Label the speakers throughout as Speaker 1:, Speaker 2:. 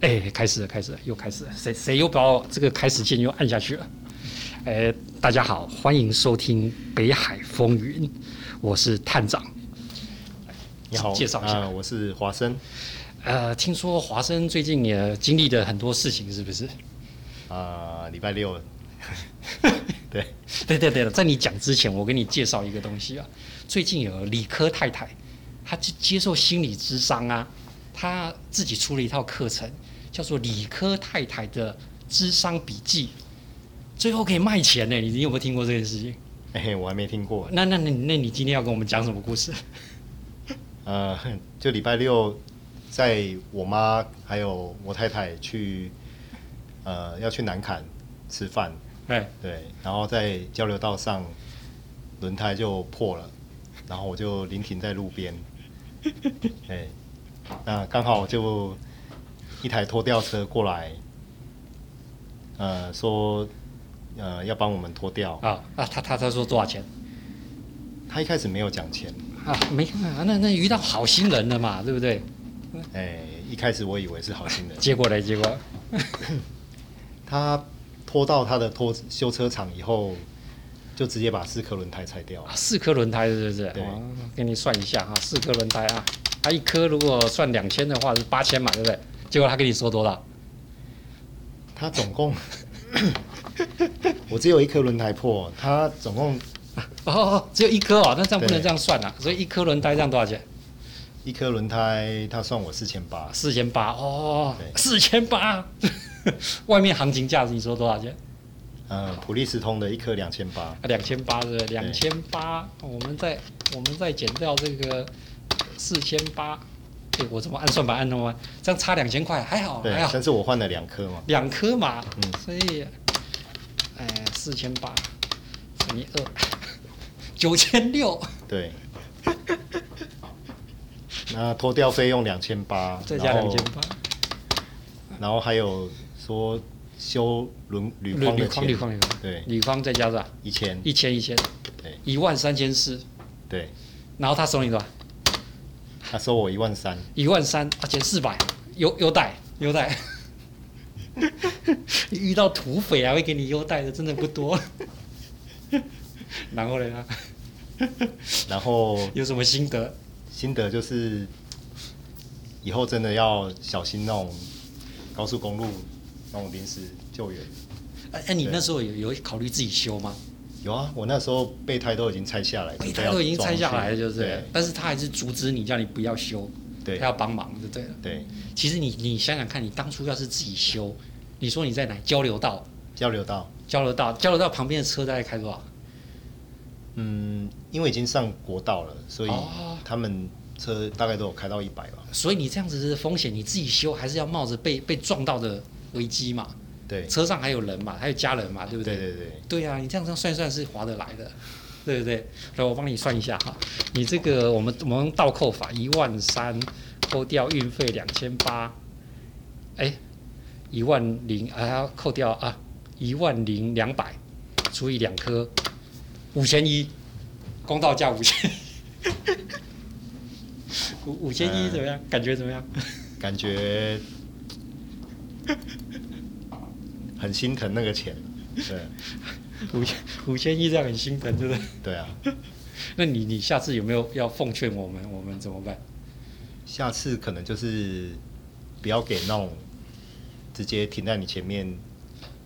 Speaker 1: 哎，开始了，开始了，又开始了，谁谁又把我这个开始键又按下去了？哎，大家好，欢迎收听《北海风云》，我是探长。
Speaker 2: 你好，
Speaker 1: 介绍一下
Speaker 2: 呃我是华生
Speaker 1: 呃，听说华生最近也经历了很多事情，是不是？
Speaker 2: 啊、呃礼拜六， 对，
Speaker 1: 对对对了，在你讲之前，我给你介绍一个东西啊。最近有理科太太，她接接受心理咨商啊，她自己出了一套课程，叫做《理科太太的智商笔记》，最后可以卖钱呢。你你有没有听过这件事情？
Speaker 2: 哎、我还没听过，
Speaker 1: 那那那那你今天要跟我们讲什么故事？
Speaker 2: 呃，就礼拜六，在我妈还有我太太去，呃，要去南坎吃饭，
Speaker 1: 哎，
Speaker 2: 对，然后在交流道上，轮胎就破了，然后我就临停在路边，哎，那刚好就一台拖吊车过来，呃，说呃要帮我们拖吊，
Speaker 1: 啊啊，他他他说多少钱？
Speaker 2: 他一开始没有讲钱，
Speaker 1: 啊，没啊，那那遇到好心人了嘛，对不对？
Speaker 2: 哎，一开始我以为是好心人，
Speaker 1: 结果嘞，结果
Speaker 2: 他拖到他的拖修车厂以后，就直接把四颗轮胎拆掉了
Speaker 1: 啊，，四颗轮胎是不是？
Speaker 2: 对
Speaker 1: 哦给你算一下哈，四颗轮胎啊，它一颗如果算两千的话是八千嘛，对不对？结果他跟你说多少？哦
Speaker 2: 他总共我只有一颗轮胎破，他总共
Speaker 1: 哦哦，哦只有一颗哦，那这样不能
Speaker 2: 对
Speaker 1: 这样算啊，所以一颗轮胎这样多少钱？
Speaker 2: 一颗轮胎，他算我四千八，
Speaker 1: 四千八哦，
Speaker 2: 对
Speaker 1: 四千八， 外面行情价你说多少钱？啊
Speaker 2: 呃，普利司通的一颗两千八，
Speaker 1: 两千八是不是？两千八，我们再我们再减掉这个四千八，对我怎么按算盘按那么慢，这样差两千块，还好
Speaker 2: 对
Speaker 1: 还，好，
Speaker 2: 但是我换了两颗嘛，
Speaker 1: 两颗嘛，
Speaker 2: 嗯
Speaker 1: 所以，哎，四千八乘以二，九千六，
Speaker 2: 对。那拖吊费用两千八，
Speaker 1: 再加
Speaker 2: 然
Speaker 1: 两
Speaker 2: 后
Speaker 1: 千八，
Speaker 2: 然后还有说修轮铝
Speaker 1: 铝
Speaker 2: 框
Speaker 1: 铝
Speaker 2: 的
Speaker 1: 框
Speaker 2: 钱，
Speaker 1: 铝框铝框，
Speaker 2: 对
Speaker 1: 铝框再加上
Speaker 2: 一千，
Speaker 1: 一千一千，
Speaker 2: 对
Speaker 1: 一万三千四，
Speaker 2: 对，
Speaker 1: 然后他收你多少？
Speaker 2: 他收我一万三，
Speaker 1: 一万三，啊，减四百，优优待优待。 遇到土匪还会给你优待的，真的不多。 然后呢？
Speaker 2: 然后
Speaker 1: 有什么心得？
Speaker 2: 心得就是以后真的要小心那种高速公路那种临时救援。
Speaker 1: 哎、哎，你
Speaker 2: 对
Speaker 1: 那时候有有考虑自己修吗？
Speaker 2: 有啊，我那时候备胎都已经拆下来，
Speaker 1: 备
Speaker 2: 准备
Speaker 1: 胎
Speaker 2: 要
Speaker 1: 都已经拆下
Speaker 2: 装
Speaker 1: 来了，
Speaker 2: 去
Speaker 1: 就是，但是他还是阻止你，叫你不要修，
Speaker 2: 对
Speaker 1: 他要帮忙就对了。
Speaker 2: 对对
Speaker 1: 其实你你想想看，你当初要是自己修，你说你在哪交流道？
Speaker 2: 交流道，
Speaker 1: 交流道，交流道旁边的车大概开多少？
Speaker 2: 嗯，因为已经上国道了，所以
Speaker 1: 哦
Speaker 2: 他们车大概都有开到一百吧。
Speaker 1: 所以你这样子的风险，你自己修还是要冒着被被撞到的危机嘛？
Speaker 2: 对
Speaker 1: 车上还有人嘛，还有家人嘛，对不
Speaker 2: 对对对，
Speaker 1: 对啊，你这样这样算一算是划得来的，对不对？来，我帮你算一下哈，你这个我们我们倒扣法一万三，扣掉运费两千八，哎，一万零啊，扣掉啊，一万零两百除以两颗，五千一，公道价五千， 五五千一怎么样？感觉怎么样？
Speaker 2: 感觉很心疼那个钱。对
Speaker 1: 五千五千一这样很心疼，对不对？
Speaker 2: 对啊，
Speaker 1: 那你你下次有没有要奉劝我们，我们怎么办？
Speaker 2: 下次可能就是不要给那种直接停在你前面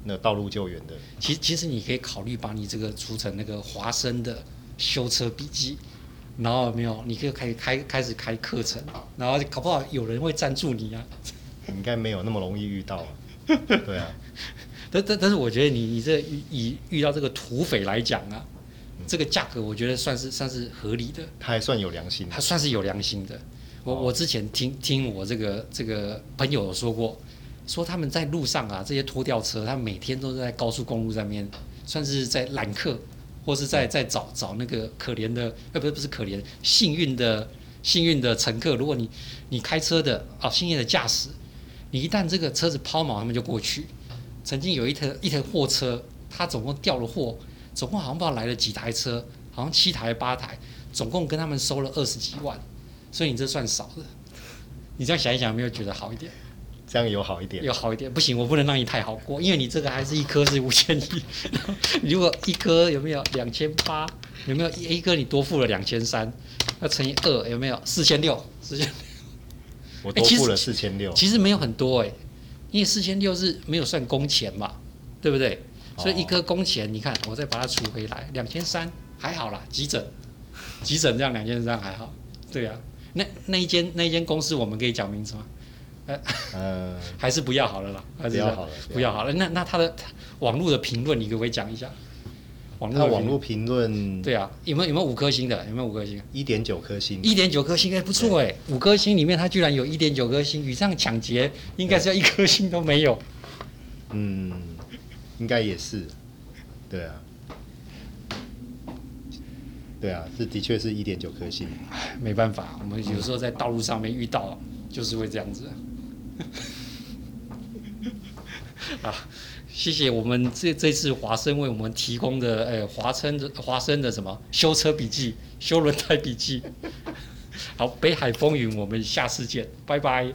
Speaker 2: 那道路救援的。
Speaker 1: 其其实你可以考虑把你这个出成那个华生的修车笔记，然后有没有，你可以开开开始开课程，然后搞不好有人会赞助你啊。
Speaker 2: 应该没有那么容易 遇到啊。对啊，
Speaker 1: 但但但是我觉得你你这遇以遇到这个土匪来讲啊，这个价格我觉得算是算是合理的，
Speaker 2: 他还算有良心的
Speaker 1: 还。算是有良心的。我我之前听听我这个这个朋友有说过，说他们在路上啊，这些拖吊车，他们每天都是在高速公路上面，算是在揽客，或是在在找找那个可怜的，呃，不是不是可怜，幸运的幸运的乘客。如果你你开车的哦，幸运的驾驶，你一旦这个车子抛锚，他们就过去。曾经有一台一台货车，它总共掉了货，总共好像不知道来了几台车，好像七台八台，总共跟他们收了二十几万，所以你这算少的。你这样想一想，有没有觉得好一点？
Speaker 2: 这样有好一点。
Speaker 1: 有好一点，不行，我不能让你太好过，因为你这个还是一颗是五千一，然后你 如果一颗有没有两千八，有没有一一颗你多付了两千三，要乘以二有没有四千六？四千
Speaker 2: 我多
Speaker 1: 欸其实
Speaker 2: 付了四千六，
Speaker 1: 其实没有很多哎、因为四千六是没有算工钱嘛，对不对？
Speaker 2: 哦
Speaker 1: 所以一颗工钱，你看我再把它除回来，两千三还好啦，急诊，急诊这样两千三还好，对啊。那那一间那一间公司我们可以讲名字吗？
Speaker 2: 呃，
Speaker 1: 还是不要好了啦，还是
Speaker 2: 不要好了
Speaker 1: 不要好了。那那他的他网络的评论，你可不可以讲一下？网络
Speaker 2: 那
Speaker 1: 的
Speaker 2: 网
Speaker 1: 评
Speaker 2: 络嗯评论
Speaker 1: 对啊，有没有有没有五颗星的？有没有五颗星？
Speaker 2: 一点九颗星，
Speaker 1: 一点九颗星，哎、不错哎、五颗星里面它居然有一点九颗星，以上抢劫应该是要一颗星都没有。
Speaker 2: 嗯，应该也是，对啊，对啊，是的确是一点九颗星，
Speaker 1: 唉哎没办法，我们有时候在道路上面遇到，就是会这样子。 啊，谢谢我们这这次华生为我们提供的，呃，华生的华生的什么修车笔记、 修轮胎笔记。好，北海风云，我们下次见，拜拜。